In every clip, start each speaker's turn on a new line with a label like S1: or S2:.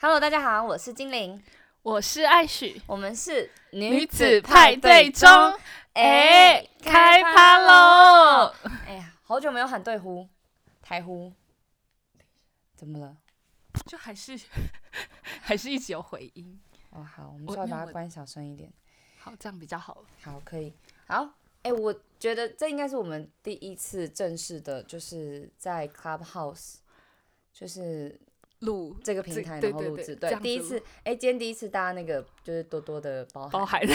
S1: Hello，大家好，我是精灵，
S2: 我是艾许，
S1: 我们是
S2: 女子派对中，哎、开趴！喽！
S1: 哎呀，好久没有喊对呼，台呼，怎么了？
S2: 就还是 还是一直有回音，
S1: 哦，好，我们
S2: 我
S1: 稍微把
S2: 因为
S1: 它
S2: 我
S1: 关小声一点。
S2: 好，这样比较好了。
S1: 好，可以。好，哎、我觉得这应该是我们第一次正式的，就是在 Clubhouse，就是
S2: 录
S1: 这个平台
S2: 对
S1: 然后
S2: 对
S1: 录
S2: 对
S1: 制。
S2: 这样子
S1: 第一次，哎、今天第一次大家那个就是多多的包
S2: 包
S1: 涵，
S2: 海的，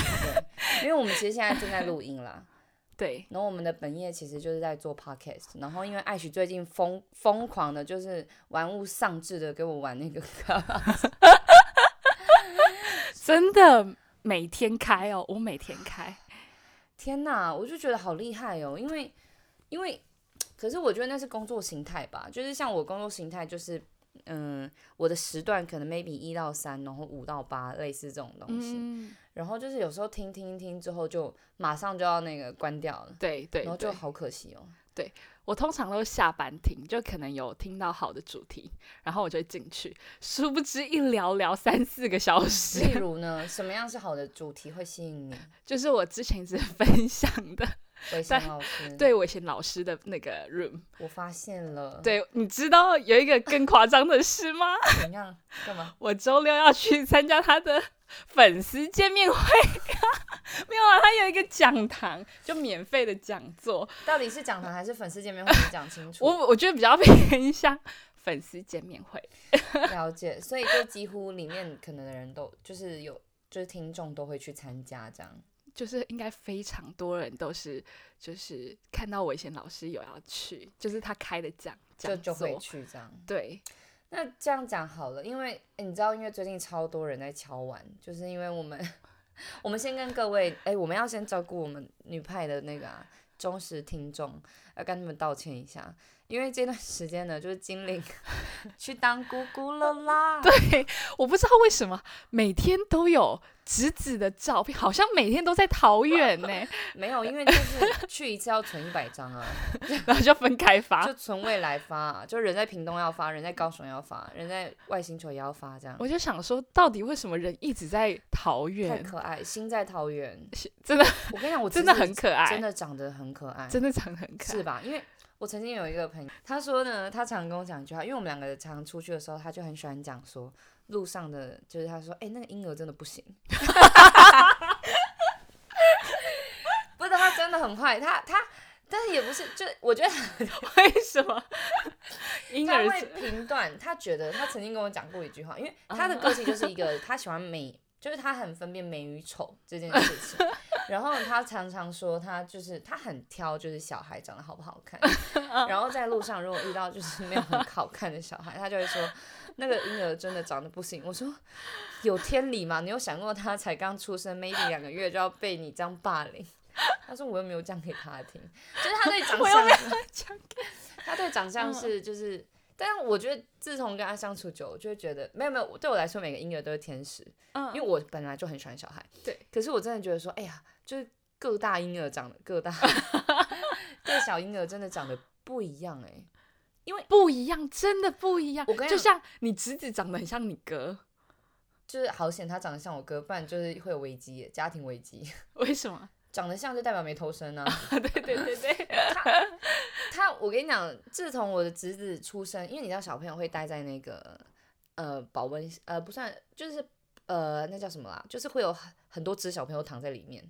S1: 因为我们其实现在正在录音啦。
S2: 对，
S1: 然后我们的本业其实就是在做 podcast，然后因为艾许最近疯疯狂的，就是玩物丧志的给我玩那个
S2: 真的每天开哦，我每天开，
S1: 天呐，我就觉得好厉害哦，因为因为，可是我觉得那是工作形态吧，就是像我工作形态就是，嗯，我的时段可能 maybe 一到三，然后五到八，类似这种东西。
S2: 嗯，
S1: 然后就是有时候听听听之后，就马上就要那个关掉了，
S2: 对对
S1: 然后就
S2: 对，
S1: 好可惜 哦。
S2: 我通常都是下班听，就可能有听到好的主题，然后我就会进去，殊不知一聊聊三四个小时，
S1: 例如呢，什么样是好的主题会吸引你？
S2: 就是我之前一直分享的，
S1: 维生老师，，
S2: 对我以前老师的那个 room，
S1: 我发现了，，
S2: 对，你知道有一个更夸张的事吗？
S1: 怎样？干嘛？
S2: 我周六要去参加他的粉丝见面会， 没有啊，他有一个讲堂，就免费的讲座。
S1: 到底是讲堂还是粉丝见面会？你讲清楚。
S2: 我我觉得比较偏向粉丝见面会，
S1: 了解，所以就几乎里面可能的人都就是有，就是听众都会去参加这样。
S2: 就是应该非常多人都是就是看到我以前老师有要去，就是他开的讲
S1: 就
S2: 讲
S1: 就会
S2: 座，
S1: 去这样，
S2: 对
S1: 那这样讲好了，因为诶你知道，因为最近超多人在敲碗，就是因为我们， 我们先跟各位，哎、我们要先照顾我们女派的那个、啊、忠实听众，要跟他们道歉一下，因为这段时间呢，就是精灵 去当姑姑了啦，对，
S2: 我不知道为什么每天都有侄子的照片，好像每天都在桃园呢、
S1: 没有，因为就是去一次要存一百张 啊，
S2: 然后就分开发，
S1: 就存未来发、啊，就人在屏东要发，人在高雄要发，人在外星球也要发，这样
S2: 我就想说，到底为什么人一直在桃
S1: 太
S2: 园？
S1: 可爱。心在桃 园，
S2: 真的
S1: 我跟你讲，我
S2: 真的
S1: 侄子
S2: 很可爱，
S1: 真的长得很可爱，
S2: 真的长得很可
S1: 是
S2: 爱。
S1: 吧？因为我曾经有一个朋友，他说呢，他常跟我讲一句话，因为我们两个常出去的时候，他就很喜欢讲说，路上的就是他说，哎、那个婴儿真的不行。 不是他真的很坏，他他，但是也不是，就我觉得
S2: 为什么？婴
S1: 他
S2: 儿
S1: 会
S2: 是
S1: 评断，他觉得他曾经跟我讲过一句话，因 为他的
S2: 哦
S1: 个性就是一个他喜欢美，就是他很分辨美与丑这件事情。 然后他常常说他就是他很挑，就是小孩长得好不好 看。然后在路上如果遇到就是没有很好看的小孩，他就会说那个婴儿真的长得不行。我说有天理吗？你有想过他才刚出生，maybe 两个月就要被你这样霸凌？ 他说我又没有讲给他听，就是他对长
S2: 我又没
S1: 相。
S2: 讲给嗯
S1: 他对长相是就是，但我觉得自从跟他相处久，我就会觉得没有没有，对我来说每个婴儿都是天使，
S2: 嗯，
S1: 因为我本来就很喜欢小孩。
S2: 对，
S1: 可是我真的觉得说，哎呀，就是各大婴儿长得各大， 对小婴儿真的长得不一样哎、
S2: 不一样，真的不一样。
S1: 我跟你
S2: 就
S1: 讲
S2: 像你侄子长得很像你哥，
S1: 就是好险他长得像我哥，不然就是会有危机、欸，家庭危机。
S2: 为什么？
S1: 长得像就代表没投生啊！
S2: 对对对对，
S1: 他，我跟你讲，自从我的侄子出生，因为你知道小朋友会待在那个呃保温室呃不算就是呃那叫什么啦，就是会有很很多只小朋友躺在里 面，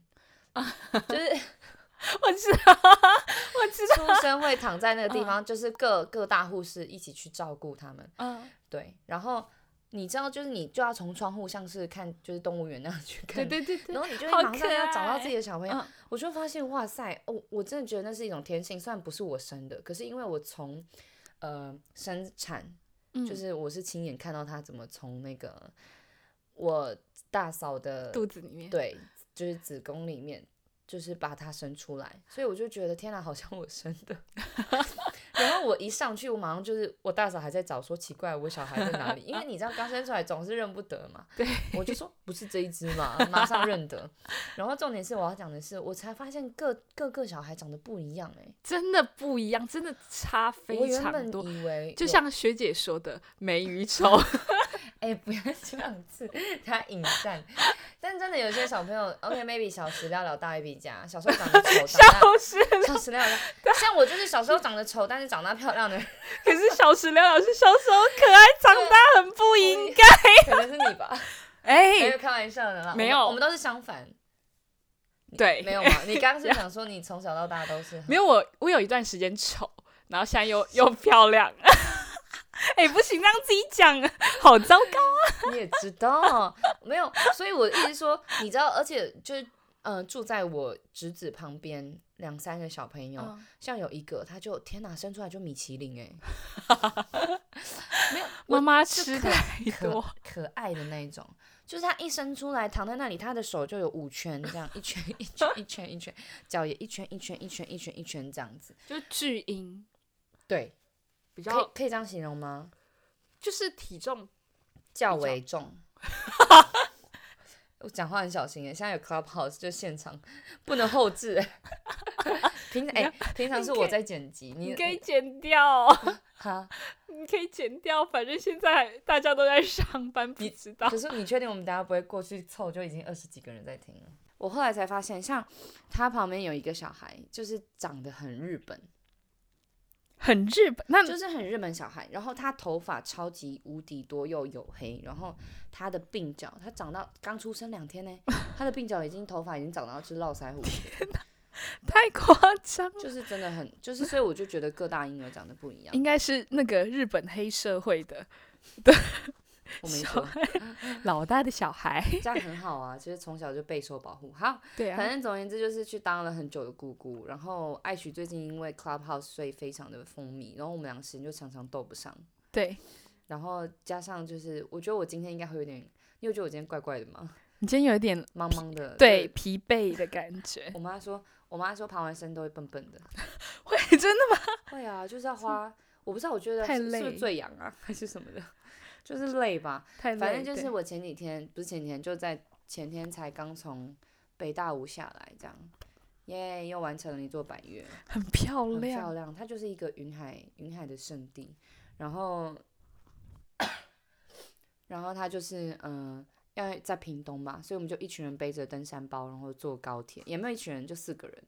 S1: 就是
S2: 我知道，我知道。
S1: 出生会躺在那个地 方，就是各各大护士一起去照顾他们。
S2: 嗯，
S1: 对，然后你知道，就是你就要从窗户像是看就是动物园那样去看，
S2: 对对对对
S1: 然，后你就
S2: 好
S1: 会马上
S2: 可
S1: 要找到
S2: 爱
S1: 自己的小朋友。
S2: 嗯
S1: 我就发现，哇塞，哦，我真的觉得那是一种天性，虽然不是我生的，可是因为我从呃生产，
S2: 嗯
S1: 就是我是亲眼看到他怎么从那个我大嫂的
S2: 肚子里面，
S1: 对，就是子宫里面，就是把它生出来，所以我就觉得天哪，好像我生的。 然后我一上去，我马上就是我大嫂还在找说奇怪，我小孩在哪里？因为你知道刚生出来总是认不得嘛。
S2: 对，
S1: 我就说不是这一只嘛，马上认得。 然后重点是我要讲的是，我才发现各各个小孩长得不一样哎、
S2: 真的不一样，真的差
S1: 我
S2: 非
S1: 原
S2: 常
S1: 本
S2: 多。
S1: 以为
S2: 就
S1: 有
S2: 像学姐说的，美与丑，
S1: 哎、哎、不要这样子，他引战。 但真的有些小朋友，OK，maybe、小时了了大一笔加，小时候长得丑，长 大
S2: 都是。
S1: 小时了 了，
S2: 啊
S1: 像我就是小时候长得丑，但是长大漂亮的人，
S2: 可是小石榴老师小时候可爱，长大很不 应该。
S1: 可能是你 吧？没
S2: 哎、
S1: 有开玩笑的啦，我们
S2: 没有
S1: 我们都是相反，
S2: 对，
S1: 没有吗？你刚刚是想说你从小到大都是很
S2: 没有我，我有一段时间丑，然后现在又又漂亮。 哎、不行，让自己讲，啊好糟 糕。
S1: 你也知道，没有，所以我一直说，你知道，而且就是，呃，住在我侄子旁边两三个小朋友，
S2: 嗯
S1: 像有一个，他就天哪，生出来就米其林 哎、没有，
S2: 妈妈
S1: 就
S2: 吃
S1: 可
S2: 太
S1: 可
S2: 多，
S1: 可爱的那一种，就是他一生出来躺在那里，他的手就有五圈这样，一圈一圈一圈一圈，脚也一圈一圈一圈一圈一圈这样子，
S2: 就巨婴，
S1: 对，
S2: 比
S1: 可以可以这样形容吗？
S2: 就是体重
S1: 较为重。 我讲话很小心耶，欸现在有 Clubhouse 就现场不能后置 耶。平常哎、平常是我在剪辑，你
S2: 你可以剪掉，
S1: 哈？
S2: 你可以剪掉，反正现在大家都在上班，不知道
S1: 可。是你确定我们大家不会过去凑，就已经二十几个人在听了？我后来才发现，像他旁边有一个小孩，就是长得很日本，
S2: 很日本，那
S1: 就是很日本小孩，然后他头发超级无敌多又黝黑，然后他的鬓角，他长到刚出生两天呢，他的鬓角已经头发已经长到是络腮胡了。
S2: 太夸张了。
S1: 就是真的很，就是所以我就觉得各大婴儿长得不一样。
S2: 应该是那个日本黑社会的
S1: 我没说，
S2: 老大的小孩，
S1: 这样很好啊，其实从小就备受保护。好，
S2: 对
S1: 反
S2: 啊，
S1: 正总而言之就是去当了很久的姑姑。然后艾许最近因为 Clubhouse 所以非常的风靡，然后我们两个时间就常常斗不上。
S2: 对
S1: 然后加上就是，我觉得我今天应该会有点，你有觉得我今天怪怪的吗？
S2: 你今天有一点
S1: 茫茫的。就
S2: 对
S1: 是
S2: 疲惫的感觉，
S1: 我妈说，我妈说爬完山都会笨笨的。
S2: 会真的吗？
S1: 会啊，就是要花，我不知道，我觉得
S2: 太
S1: 是是不
S2: 累
S1: 是最痒啊， 还是什么的，就是累吧。
S2: 太累
S1: 反正就是
S2: 对
S1: 我前几天不是前几天，就在前天才刚从北大五下来，这样，耶、又完成了一座百月，
S2: 很漂
S1: 很
S2: 亮
S1: 漂，亮。它就是一个云海云海的圣地，然后，然后它就是嗯、呃要在屏东嘛，所以我们就一群人背着登山包，然后坐高铁，也没有一群人，就四个人。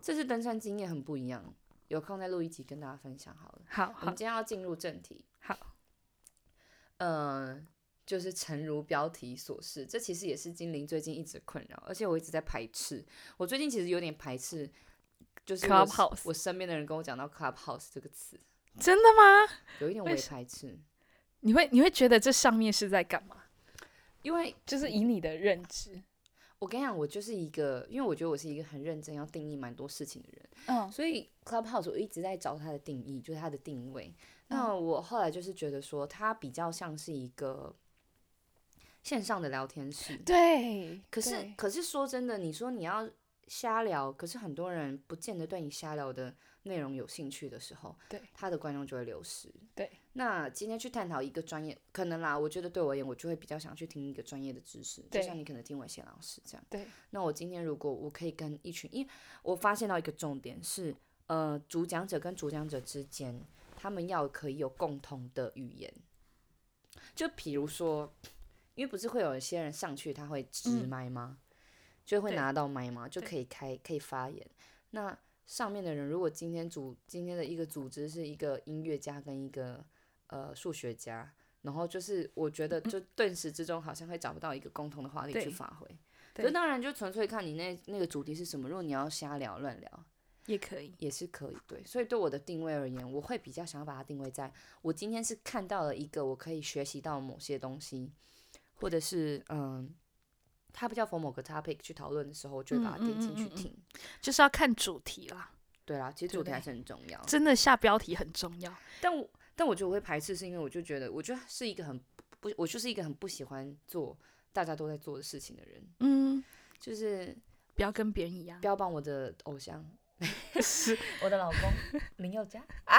S1: 这次登山经验很不一样，有空再录一集跟大家分享好了。
S2: 好
S1: 我
S2: 好
S1: 们今天要进入正题，
S2: 好，
S1: 嗯，就是诚如标题所示，这其实也是精灵最近一直困扰，而且我一直在排斥。我最近其实有点排斥，就是我
S2: Clubhouse
S1: 我身边的人跟我讲到 Clubhouse 这个词，
S2: 真的吗？
S1: 有一点我
S2: 为
S1: 也
S2: 什
S1: 排斥，
S2: 你会你会觉得这上面是在干嘛？
S1: 因为
S2: 就是以你的认知，
S1: 我跟你讲，我就是一个，因为我觉得我是一个很认真要定义蛮多事情的人，
S2: 嗯，
S1: 所以 Clubhouse 我一直在找它的定义，就是它的定位。那
S2: 嗯
S1: 我后来就是觉得说，它比较像是一个线上的聊天室，
S2: 对。
S1: 可是
S2: 对，
S1: 可是说真的，你说你要瞎聊，可是很多人不见得对你瞎聊的内容有兴趣的时候，
S2: 对
S1: 他的观众就会流失。
S2: 对，
S1: 那今天去探讨一个专业，可能啦，我觉得对我而言，我就会比较想去听一个专业的知识，就
S2: 对
S1: 像你可能听韦贤老师这样。
S2: 对，
S1: 那我今天如果我可以跟一群，因为我发现到一个重点是，呃，主讲者跟主讲者之间，他们要可以有共同的语言。就比如说，因为不是会有一些人上去他会直
S2: 嗯
S1: 麦吗？就会
S2: 对
S1: 拿到麦吗？就
S2: 对
S1: 可以开可以发言。那上面的人如果今天组今天的一个组织是一个音乐家跟一个呃数学家，然后就是我觉得就顿时之中好像会找不到一个共同的话题去
S2: 嗯对
S1: 发挥。
S2: 对
S1: 可当然就纯粹看你那那个主题是什么。如果你要瞎聊乱聊，
S2: 也可以。
S1: 也是可以对。所以对我的定位而言，我会比较想要把它定位在我今天是看到了一个我可以学习到某些东西，或者是嗯，他比较 for 某个 topic 去讨论的时候，我就会把它
S2: 嗯嗯
S1: 点进
S2: 嗯
S1: 去
S2: 嗯嗯
S1: 听。
S2: 就是要看主题啦，
S1: 对啊啦，其实
S2: 对
S1: 主
S2: 不
S1: 题
S2: 对
S1: 还是很重要。
S2: 真的下标题很重要。
S1: 但我但我觉得我会排斥，是因为我就觉得，我觉得是一个很不，我就是一个很不喜欢做大家都在做的事情的人，
S2: 嗯，
S1: 就是
S2: 不要跟别人一样。
S1: 标榜我的偶像，
S2: 是
S1: 我的老 公林宥嘉啊，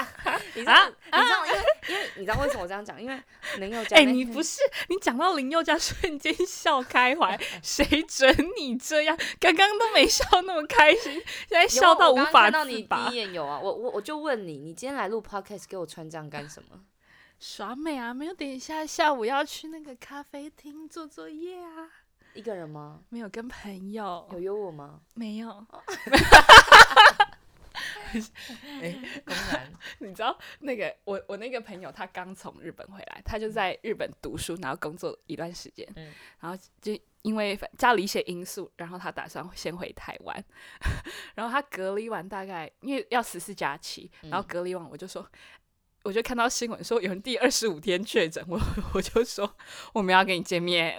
S1: 你知道、
S2: 啊
S1: 你知道，因为因为你知道为什么我这样讲？因为林宥嘉
S2: 哎、
S1: 那
S2: 你不是你讲到林宥嘉，瞬间笑开 怀，谁准你这样？刚刚都没笑那么开心，现在
S1: 有啊
S2: 笑到
S1: 我
S2: 无
S1: 刚刚
S2: 法
S1: 看到
S2: 自
S1: 你第
S2: 拔
S1: 一。眼有啊，我我我就问你，你今天来录 podcast 给我穿这样干什么？
S2: 耍美啊，没有等一下下午要去那个咖啡厅做作业啊，
S1: 一个人吗？
S2: 没有跟朋友，
S1: 有约我吗？
S2: 没有，
S1: 哎 公然，
S2: 你知道那个我我那个朋友他刚从日本回来，他就在日本读书，然后工作一段时间，
S1: 嗯
S2: 然后就因为反家里一些因素，然后他打算先回台湾， 然后他隔离完大概因为要十四假期，然后
S1: 嗯
S2: 隔离完我就说。我就看到新闻说有人第二十五天确诊，我我就说我们要跟你见面，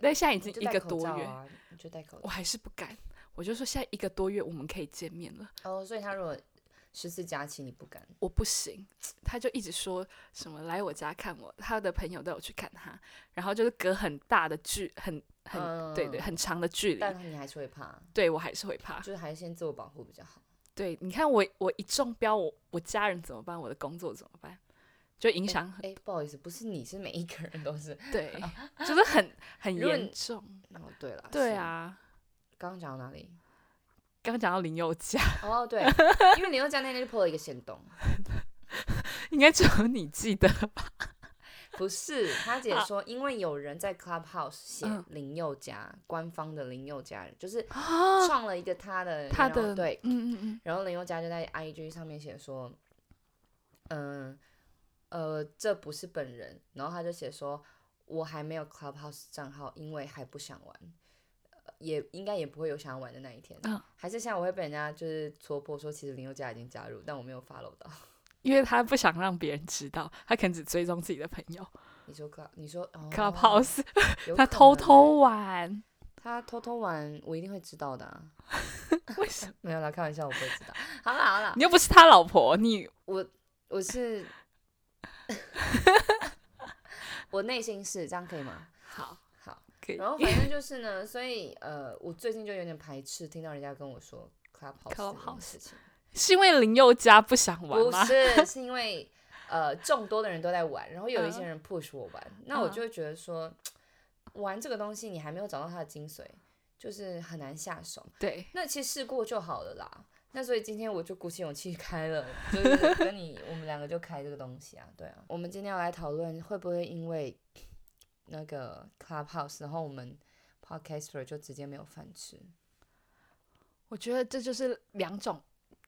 S2: 但现在已经
S1: 就
S2: 一
S1: 戴
S2: 个
S1: 口
S2: 多
S1: 罩
S2: 月，
S1: 啊，你就戴口
S2: 我
S1: 罩。
S2: 还是不敢。我就说现在一个多月我们可以见面了，
S1: 哦，所以他如果十四假期你不敢，
S2: 我不行。他就一直说什么来我家看我，他的朋友都有去看他，然后就是隔很大的距，很很、对对，
S1: 嗯
S2: 很长的距离，
S1: 但你还是会怕，
S2: 对我还是会怕
S1: 就。是还是先自我保护比较好。
S2: 对，你看我我一中标，我我家人怎么办？我的工作怎么办？就影
S1: 诶
S2: 响 很、
S1: 哎、不好意思，不是你是每一个人都是。
S2: 对，就是很很
S1: 如果
S2: 严
S1: 你
S2: 重。
S1: 哦，对了，
S2: 对
S1: 是，
S2: 啊，
S1: 刚刚讲到哪里？
S2: 刚讲到林宥嘉，
S1: 哦， 对，因为林宥嘉那天就破了一个线洞，
S2: 应该只有你记 得。
S1: 不是他姐说，因为有人在 Clubhouse 写
S2: 啊嗯
S1: 林宥嘉，官方的林宥嘉，就是
S2: 啊，
S1: 创了一个他的
S2: 他
S1: 然后
S2: 的
S1: 对，
S2: 嗯嗯嗯，
S1: 然后林宥嘉就在 IG 上面写说，嗯呃这不是本人，然后他就写说我还没有 Clubhouse 账号，因为还不想玩，呃也应该也不会有想要玩的那一天。
S2: 嗯
S1: 还是现在我会被人家就是戳破说，其实林宥嘉已经加入，但我没有 follow 到。
S2: 因为他不想让别人知道，他可能只追踪自己的朋友、
S1: 你说 Club，你说、哦、
S2: Clubhouse，
S1: 有
S2: 他
S1: 可
S2: 偷
S1: 能
S2: 偷
S1: 欸，
S2: 玩，
S1: 他偷偷玩，我一定会知道的、啊。
S2: 为什么？
S1: 没有啦，开玩笑，我不会 知道。好啦好啦，
S2: 你又不是他老婆，你
S1: 我我是 我内心是这样可以吗？
S2: 好
S1: 好，
S2: 可以
S1: 然后反正就是 呢，所以呃，我最近就有点排斥听到人家跟我说 clubhouse 这件
S2: Clubhouse
S1: 事情，
S2: 是因为林宥嘉不想玩
S1: 不
S2: 吗？
S1: 是是因为呃众多的人都在 玩，然后有一些
S2: 嗯
S1: 人 push 我玩，那我
S2: 嗯
S1: 就会觉得说，玩这个东西你还没有找到它的精髓，就是很难下手。
S2: 对，
S1: 那其实试过就好了啦。那所以今天我就鼓起勇气开了，就是跟你我们两个就开这个东西啊，对啊。我们今天要来讨论会不会因为那个 Clubhouse，然后我们 Podcaster 就直接没有饭吃。
S2: 我觉得这就是两种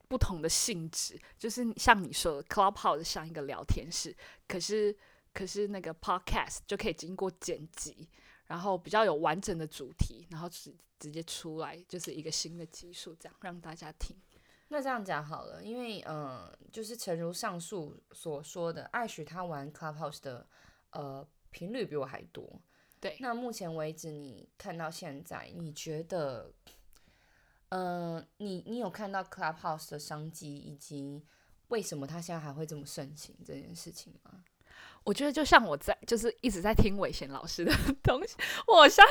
S2: 不同的性质，就是像你说的，Clubhouse 像一个聊天室，可是可是那个 Podcast 就可以经过剪辑，然后比较有完整的主题，然后直直接出来就是一个新的集数，这样让大家听。
S1: 那这样讲好了，因为嗯、呃就是诚如上述所说的，艾许他玩 Clubhouse 的呃频率比我还多。
S2: 对
S1: 那目前为止，你看到现在，你觉得，嗯、你你有看到 Clubhouse 的商机，以及为什么它现在还会这么盛行这件事情吗？
S2: 我觉得就像我在就是一直在听伟贤老师的 东西，我好像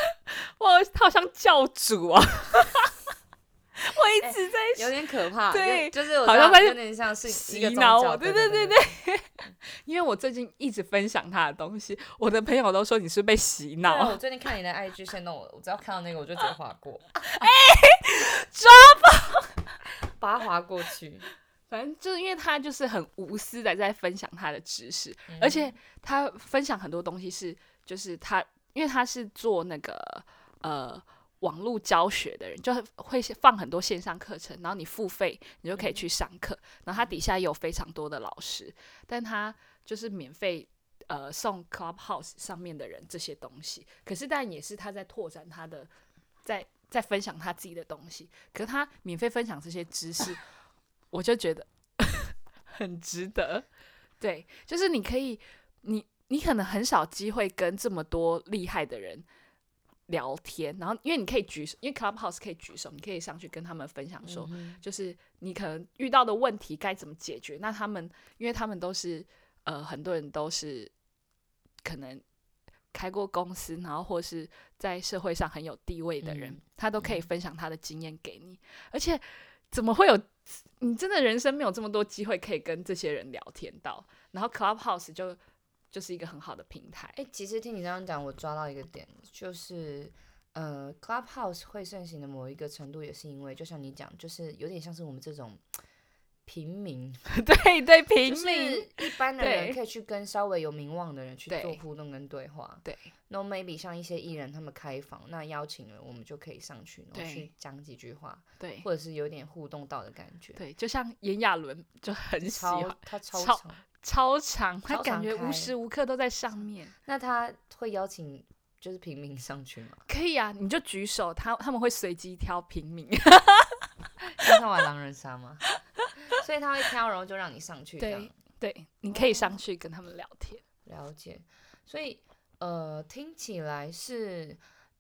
S2: 我他好像教主啊， 我一直在、
S1: 有点可 怕，
S2: 对
S1: 因为就是我
S2: 好
S1: 知
S2: 像
S1: 道
S2: 在
S1: 有点像是一个
S2: 洗
S1: 宗
S2: 脑
S1: 教
S2: 我对
S1: 对
S2: 对
S1: 对
S2: 对因为我最近一直分享他的东西，我的朋友都说你是被洗
S1: 对啊，我
S2: 脑，
S1: 最近看你的 IG 线动，我我只要看到那个我就直接划 过，哎、
S2: 抓
S1: 包，把它划过去。
S2: 反正就是因为他就是很无私的在分享他的知识，嗯
S1: 嗯
S2: 而且他分享很多东西是就是他因为他是做那个呃。网络教学的人就是会放很多线上课程，然后你付费，你就可以去上课。然后他底下也有非常多的老师，但他就是免费呃送 Clubhouse 上面的人这些东西。可是，但也是他在拓展他的，在在分享他自己的东西。可是他免费分享这些知识， 我就觉得 很值得。对，就是你可以，你你可能很少机会跟这么多厉害的人聊天，然后因为你可以举手，因为 Clubhouse 可以举手，你可以上去跟他们分享说，
S1: 嗯
S2: 就是你可能遇到的问题该怎么解决。那他们，因为他们都是呃，很多人都是可能开过公司，然后或是在社会上很有地位的人，
S1: 嗯
S2: 他都可以
S1: 嗯
S2: 分享他的经验给你。而且，怎么会有你真的人生没有这么多机会可以跟这些人聊天到？然后 Clubhouse 就就是一个很好的平台。
S1: 哎、其实听你这样讲，我抓到一个点，就是呃，Clubhouse 会盛行的某一个程度，也是因为就像你讲，就是有点像是我们这种平民，
S2: 对对，平
S1: 就是
S2: 民，
S1: 一般的人
S2: 对
S1: 可以去跟稍微有名望的人去
S2: 对
S1: 做互动跟对话。
S2: 对，
S1: 那 maybe 像一些艺人他们开房，那邀请了我们就可以上去，然后
S2: 对
S1: 去讲几句话，
S2: 对
S1: 或者是有点互动到的感觉。
S2: 对，就像炎亚纶就很喜
S1: 超
S2: 欢
S1: 他超
S2: 超
S1: 长，
S2: 超长，他
S1: 超
S2: 感
S1: 常
S2: 觉
S1: 开
S2: 无时无刻都在上面。
S1: 那他会邀请就是平民上去吗？
S2: 可以啊，你就举手，他他们会随机挑平民。
S1: 让他玩狼人杀吗？ 所以他会挑，然后就让你上去这样
S2: 对对， 你可以上去跟他们聊天。
S1: 了解，所以呃，听起来是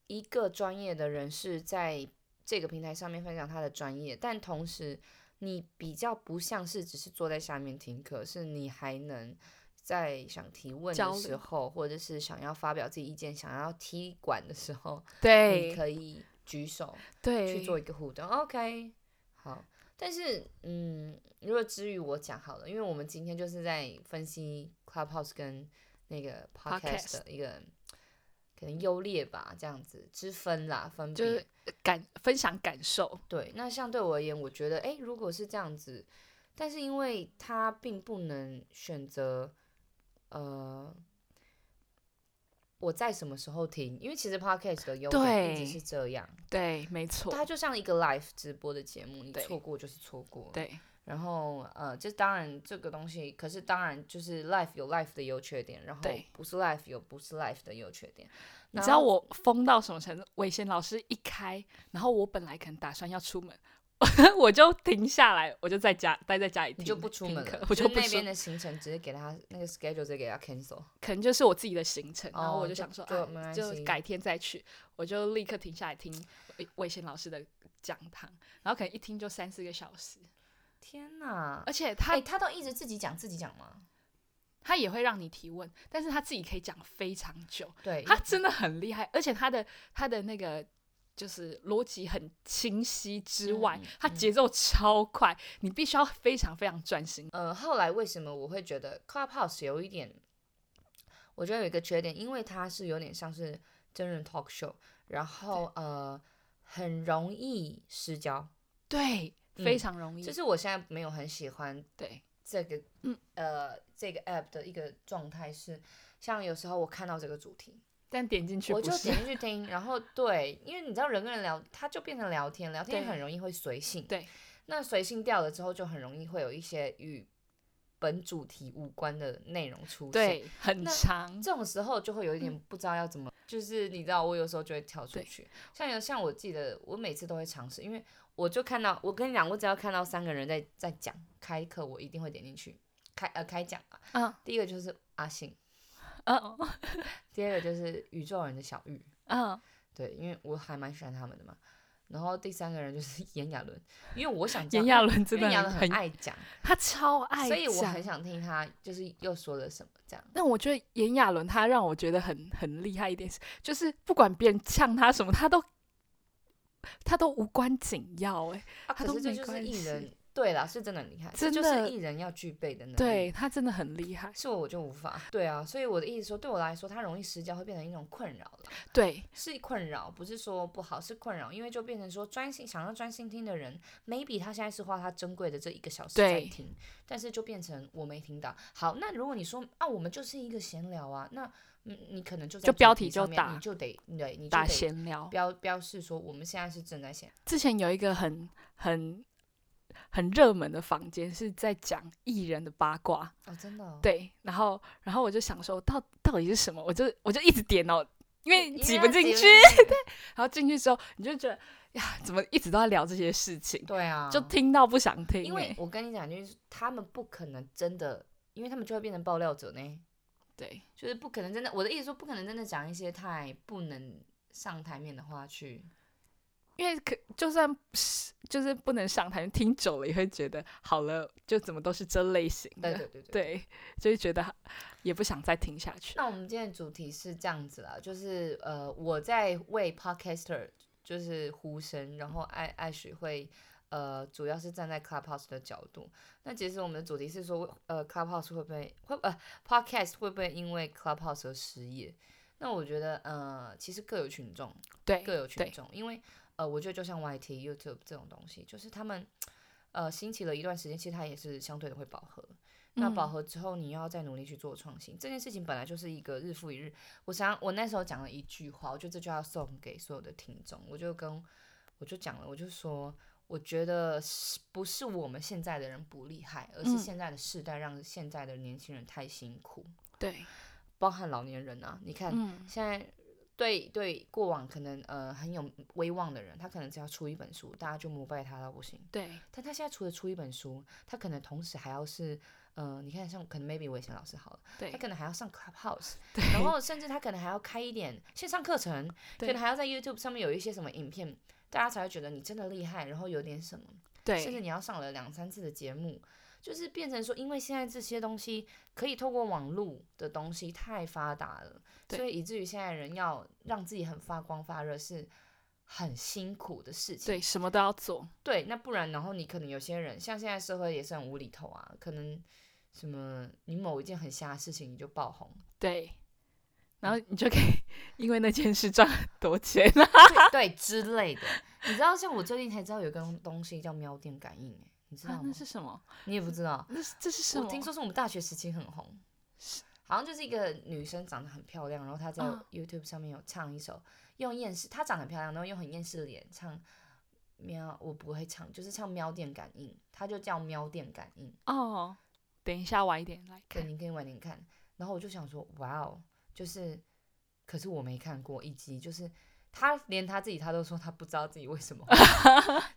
S1: 一个专业的人士在这个平台上面分享他的专业，但同时你比较不像是只是坐在下面听课，是你还能在想提问
S2: 交
S1: 的时
S2: 流
S1: 候，或者是想要发表自己意见、想要踢馆的时候，你
S2: 对
S1: 可以举手
S2: 对，
S1: 去做一个互动。OK，好。但是，嗯，如果至于我讲好了，因为我们今天就是在分析 Clubhouse 跟那个 Podcast
S2: Podcast
S1: 的一个可能优劣吧，这样子之分啦，分别。
S2: 就是感分享感受。
S1: 对，那像对我而言，我觉得，诶，如果是这样子，但是因为他并不能选择，呃，我在什么时候听，因为其实 Podcast 的优点一
S2: 对
S1: 直是这样，
S2: 对，没错，
S1: 它就像一个 live 直播的节目，你
S2: 对
S1: 错过就是错过。
S2: 对
S1: 然后呃，这当然这个东西，可是当然就是 live 有 live 的优缺点，然后
S2: 对
S1: 不是 live 有不是 live 的优缺点。
S2: 你
S1: 然
S2: 知道
S1: 后
S2: 我疯到什么程度？伟贤老师一开，然后我本来可能打算要出门， 我就停下来，我就在家待在家里听，
S1: 你就不出
S2: 听
S1: 门
S2: 课
S1: 了，
S2: 我
S1: 就
S2: 就是不
S1: 那
S2: 出
S1: 边的行程直接给他那个 schedule 直接给他 cancel。
S2: 可能就是我自己的行程，然后
S1: 哦
S2: 我
S1: 就
S2: 就想说，
S1: 就没
S2: 哎，
S1: 关
S2: 就
S1: 系
S2: 改天再去，我就立刻停下来听魏魏贤老师的讲堂，然后可能一听就三四个小时，
S1: 天哪！
S2: 而且他、
S1: 哎他、他都一直自己讲自己讲吗？
S2: 他也会让你提问，但是他自己可以讲非常久，
S1: 对，
S2: 他真的很厉害，而且他的他的那个。就是逻辑很清晰之外，
S1: 嗯
S2: 他节奏超快，你必须要非常非常专心。
S1: 呃，后来为什么我会觉得 Clubhouse 有一点，我觉得有一个缺点，因为它是有点像是真人 talk show，然后呃很容易失焦，
S2: 对，
S1: 嗯
S2: 非常容易。
S1: 这是我现在没有很喜欢
S2: 对
S1: 这个
S2: 嗯
S1: 呃这个 app 的一个状态是，像有时候我看到这个主题，
S2: 但点进去
S1: 我
S2: 不
S1: 就是点进去听，然后对，因为你知道人跟人聊，它就变成聊天，聊天
S2: 对
S1: 很容易会随性，
S2: 对，
S1: 那随性掉了之后，就很容易会有一些与本主题无关的内容出现，
S2: 对，很
S1: 那
S2: 长。
S1: 这种时候就会有一点不知道要怎么，就是你知道，我有时候就会跳出
S2: 对
S1: 去。像有像我记得，我每次都会尝试，因为我就看到，我跟你讲，我只要看到三个人在在讲开课，我一定会点进去开呃开讲啊。
S2: 嗯
S1: 第一个就是阿信，
S2: 嗯
S1: 第二个就是宇宙人的小玉，
S2: 嗯，
S1: 对，因为我还蛮喜欢他们的嘛。然后第三个人就是 炎亚纶，因为我想知道
S2: 炎亚纶真
S1: 因为炎
S2: 的
S1: 亚纶
S2: 很
S1: 很爱讲，
S2: 他超爱
S1: 所以我
S2: 讲
S1: 很想听他就是又说了什么这样。
S2: 但我觉得炎亚纶他让我觉得很很厉害一点是，就是不管别人呛他什么，他都他都无关紧要哎、
S1: 啊，
S2: 他
S1: 可
S2: 都
S1: 是这
S2: 没
S1: 就是
S2: 关
S1: 艺
S2: 系
S1: 人，对啦，是真的很厉害，这
S2: 真
S1: 就是
S2: 的
S1: 艺人要具备的能力。
S2: 对，他真的很厉害，
S1: 是我我就无法。对啊，所以我的意思说，对我来说，它容易失焦会变成一种困扰了，
S2: 对
S1: 是困扰，不是说不好，是困扰，因为就变成说专心想要专心听的人，maybe 他现在是花他珍贵的这一个小时在
S2: 对
S1: 听，但是就变成我没听到。好，那如果你说啊，我们就是一个闲聊啊，那嗯，你可能就在
S2: 就
S1: 主
S2: 标
S1: 题
S2: 题
S1: 上
S2: 就
S1: 面
S2: 打
S1: 你就得对，你就
S2: 打
S1: 得
S2: 闲聊。
S1: 标标示说我们现在是正在闲。
S2: 之前有一个很很很热门的房间是在讲艺人的八卦，
S1: 哦，真的、哦，
S2: 对，然后然后我就想说到到底是什么，我就我就一直点哦，因为
S1: 因为
S2: 挤
S1: 要
S2: 不进去，
S1: 进去
S2: 然后进去之后你就觉得呀，怎么一直都在聊这些事情，
S1: 对啊，
S2: 就听到不想听欸、
S1: 因为我跟你讲，就是他们不可能真的，因为他们就会变成爆料者呢，
S2: 对
S1: 就是不可能真的。我的意思说，不可能真的讲一些太不能上台面的话去。
S2: 因为可就算是就是不能上台，听久了也会觉得好了，就怎么都是这类型
S1: 嗯对
S2: 的，
S1: 对对对。
S2: 对，就会觉得也不想再听下去。
S1: 那我们今天的主题是这样子啦，就是呃，我在为 podcaster 就是呼声，然后爱爱许会。呃，主要是站在 Clubhouse 的角度。那其实我们的主题是说，呃，Clubhouse 会不会会呃 Podcast 会不会因为 Clubhouse 而失业？那我觉得，呃，其实各有群众，
S2: 对
S1: 各有群
S2: 对
S1: 众，因为呃，我觉得就像 YT、YouTube 这种东西，就是他们呃兴起了一段时间，其实它也是相对的会饱和。那饱
S2: 嗯
S1: 和之后，你要再努力去做创新，这件事情本来就是一个日复一日。我想我那时候讲了一句话，我觉得这句话送给所有的听众，我就跟我就讲了，我就说，我觉得是不是我们现在的人不厉害，而是
S2: 嗯
S1: 现在的世代让现在的年轻人太辛苦，
S2: 对，
S1: 包含老年人啊。你看、
S2: 嗯，
S1: 现在。对对，过往可能呃很有威望的人，他可能只要出一本书，大家就膜拜他到不行。
S2: 对，
S1: 但他现在除了出一本书，他可能同时还要是，呃，你看像可能 maybe 我以前老师好了，
S2: 对
S1: 他，可能还要上 Clubhouse，
S2: 对，
S1: 然 后甚至他可能还要开一点线上课程，可
S2: 对
S1: 能还要在 YouTube 上面有一些什么影片，大家才会觉得你真的厉害，然后有点什么，甚至
S2: 对，
S1: 你要上了两三次的节目，就是变成说，因为现在这些东西可以透过网络的东西太发达了，
S2: 对
S1: 所以以至于现在人要让自己很发光发热是很辛苦的事情。
S2: 对，什么都要做，
S1: 对，那不然，然后你可能有些人，像现在社会也是很无厘头啊，可能什么你某一件很瞎的事情你就爆 红，
S2: 对，然后你就可以因为那件事赚很多 钱啊。
S1: 对对之类的。你知道，像我最近才知道有个东西叫喵电感应、欸，你知道
S2: 啊
S1: 吗
S2: 那？是什么？
S1: 你也不知道，
S2: 那是这是哦什
S1: 我
S2: 么？
S1: 听说是我们大学时期很红，好像就是一个女生长得很漂亮，然后她在
S2: 嗯
S1: YouTube 上面有唱一首用厌世，她长得很漂亮，然后用很厌世的脸唱喵，我不会唱，就是唱喵电感应，她就叫喵电感应。
S2: 哦，等一下晚一点来
S1: 对，
S2: 看。
S1: 你可以晚点看。然后我就想说，哇哦，就是，可是我没看过一集，就是他连他自己他都说他不知道自己为 什么，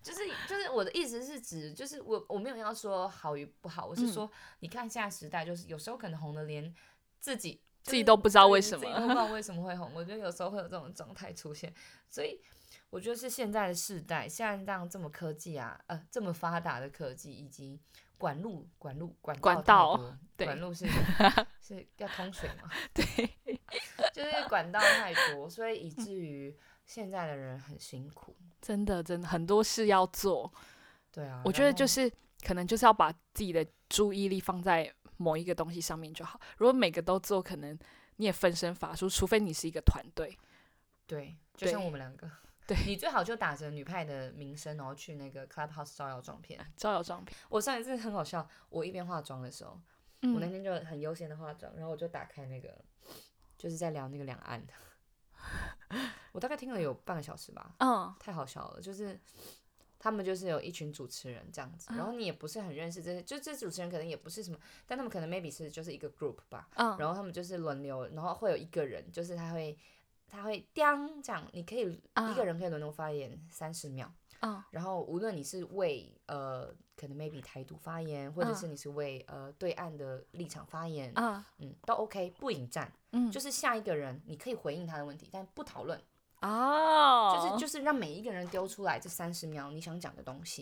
S1: 就是就是我的意思是指，就是我我没有要说好与不好，我是
S2: 嗯
S1: 说，你看现在时代，就是有时候可能红的连自己。
S2: 自己都不知道
S1: 对
S2: 为
S1: 你
S2: 什
S1: 自己
S2: 么
S1: 都不知道为什么会红。我觉得有时候会有这种状态出现，所以我觉得是现在的世代，现在这样这么科技啊，呃，这么发达的科技，以及管路、管路、管
S2: 管
S1: 道太
S2: 道
S1: 多
S2: 对
S1: 管 路是是要通水嘛，
S2: 对，
S1: 就是管道太多，所以以至于现在的人很辛苦。
S2: 真的真的很多事要做，
S1: 对啊，
S2: 我觉得
S1: 然后
S2: 就是可能就是要把自己的注意力放在某一个东西上面就好。如果每个都做，可能你也分身乏术，除非你是一个团队。
S1: 对，就像
S2: 对
S1: 我们两个。
S2: 对
S1: 你最好就打着女派的名声，然后去那个 Clubhouse 招摇撞骗。
S2: 招摇撞骗，
S1: 我上一次很好笑，我一边化妆的时候，我那
S2: 嗯，
S1: 天就很悠闲的化妆，然后我就打开那个，就是在聊那个两岸， 我大概听了有半个小时吧，
S2: 嗯，
S1: 太好笑了，就是他们就是有一群主持人这样子，
S2: 嗯
S1: 然后你也不是很认识这些，就这主持人可能也不是什么，但他们可能 maybe 是就是一个 group 吧，
S2: 嗯，
S1: 然后他们就是轮流，然后会有一个人就是他会。他会当这样，你可以、一个
S2: 啊
S1: 人可以轮流发言三十秒，
S2: 嗯
S1: 然后无论你是为呃可能 maybe 台独发言，或者
S2: 嗯
S1: 是你是为呃对岸的立场发言，
S2: 啊
S1: 嗯，都 OK，不引战，
S2: 嗯，
S1: 就是下一个人你可以回应他的问题，但不讨论，
S2: 哦，
S1: 就是就是让每一个人丢出来这三十秒你想讲的东西，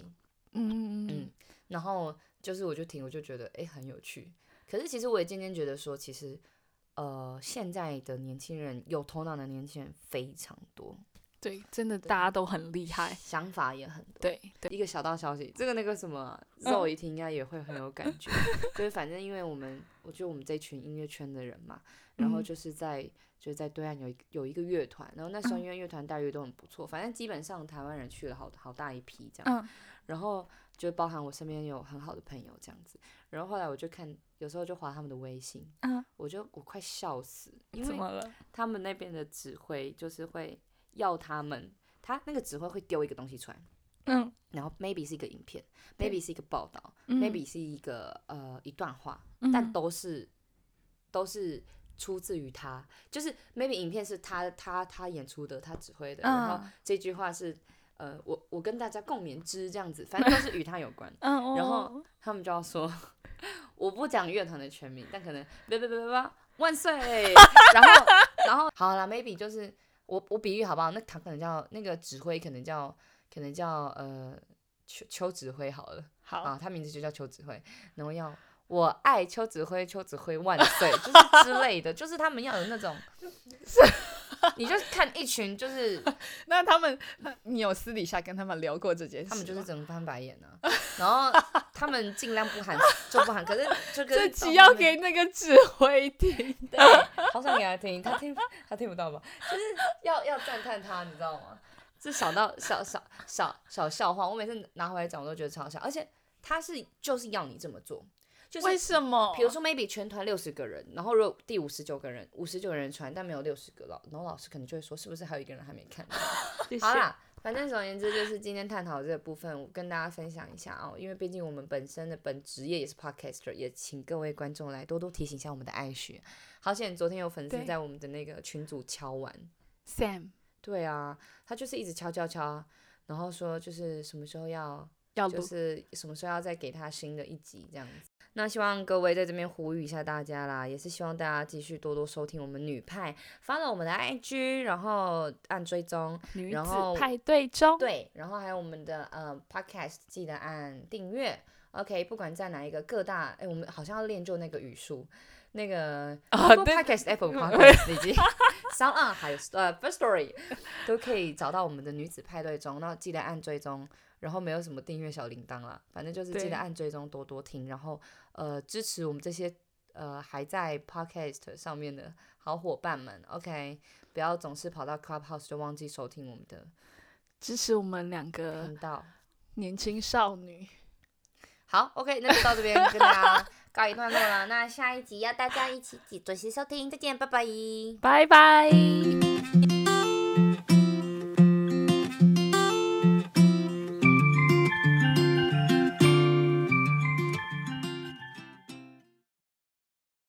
S2: 嗯嗯
S1: 嗯
S2: 嗯，
S1: 然后就是我就听，我就觉得诶很有趣。可是其实我也渐渐觉得说，其实呃现在的年轻人有头脑的年轻人非常多，
S2: 对，真的大家都很厉害，
S1: 想法也很多，
S2: 对对，
S1: 一个小道消息，这个那个什么
S2: 嗯
S1: 肉一听应该也会很有感觉， 就是反正因为我们，我觉得我们这群音乐圈的人嘛，然后
S2: 嗯
S1: 就是在就是在对岸有一个有一个乐团，然后那时候
S2: 嗯
S1: 因为乐团待遇都很不错，反正基本上台湾人去了好好大一批这样，
S2: 嗯
S1: 然后就包含我身边有很好的朋友这样子，然后后来我就看有时候就划他们的微信，
S2: 嗯，
S1: 我就我快笑死，因
S2: 怎
S1: 为
S2: 么了？
S1: 他们那边的指挥就是会要他们，他那个指挥会丢一个东西出来。
S2: 嗯
S1: 然后 maybe 是一个影片
S2: 对
S1: ，maybe 是一个报道、
S2: 嗯
S1: m a y b e 是一个呃一段话，但
S2: 嗯
S1: 都是都是出自于他，就是 maybe 影片是他他他演出的，他指挥的，然后
S2: 嗯。
S1: 这句话是呃我我跟大家共勉之这样子，反正都是与他有关
S2: 嗯，
S1: 然
S2: 哦
S1: 后他们就要说， 我不讲乐团的全名，但可能别别别别别万岁， 然后然后好啦 m a y b e 就是我我比喻好不好？那他可能叫那个指挥，可能叫可能叫呃邱邱指挥好了
S2: 好，
S1: 啊，他名字就叫邱指挥，然后要我爱邱指挥，邱指挥万岁，就是之类的，就是他们要有那种。你就看一群，就是
S2: 那他们，那你有私底下跟他们聊过这件事吗？
S1: 他们就是只能翻白眼啊，然后他们尽量不喊就不喊，可是就跟
S2: 这
S1: 找
S2: 集
S1: 他
S2: 要
S1: 们
S2: 给那个指挥 听，
S1: 对，好想给他听，他听他听不到吧？就是要要赞叹他，你知道吗？这小到小小小小笑话，我每次拿回来讲，我都觉得超好笑。而且他是就是要你这么做，就
S2: 为
S1: 是
S2: 什么？
S1: 比如说 maybe 全团六十个人，然后如果第五十九个人五十九人传，但没有六十个老，然后老师可能就会说是不是还有一个人还没看到？
S2: 谢谢，
S1: 好啦，反正总而言之就是今天探讨这个部分，我跟大家分享一下哦，因为毕竟我们本身的本职业也是 podcaster，也请各位观众来多多提醒一下我们的爱学。好险，昨天有粉丝
S2: 对
S1: 在我们的那个群组敲完，
S2: ，Sam
S1: 对啊，他就是一直敲敲敲，然后说就是什么时候要
S2: 要录，
S1: 就是什么时候要再给他新的一集这样子。那希望各位在这边呼吁一下大家啦，也是希望大家继续多多收听我们女派，follow 我们的 IG，然后按追踪，
S2: 女
S1: 然后
S2: 子派对中，
S1: 对，然后还有我们的呃 podcast，记得按订阅。OK，不管在哪一个各大，哎，我们好像要练就那个语速，那个
S2: 啊
S1: Google
S2: 对
S1: Podcast、Apple Podcast 以及 Sound On 还有呃 First Story 都可以找到我们的女子派对中，那记得按追踪，然后没有什么订阅小铃铛啦，反正就是记
S2: 对
S1: 得按追踪多多听，然后呃支持我们这些呃还在 Podcast 上面的好伙伴们，OK，不要总是跑到 Clubhouse 就忘记收听我们的
S2: 支持我们两个
S1: 频道。
S2: 年轻少女。
S1: 嗯好，OK，那就到这边跟大家告一段落了。那下一集要大家一起准时收听，再见，拜拜。
S2: 拜拜。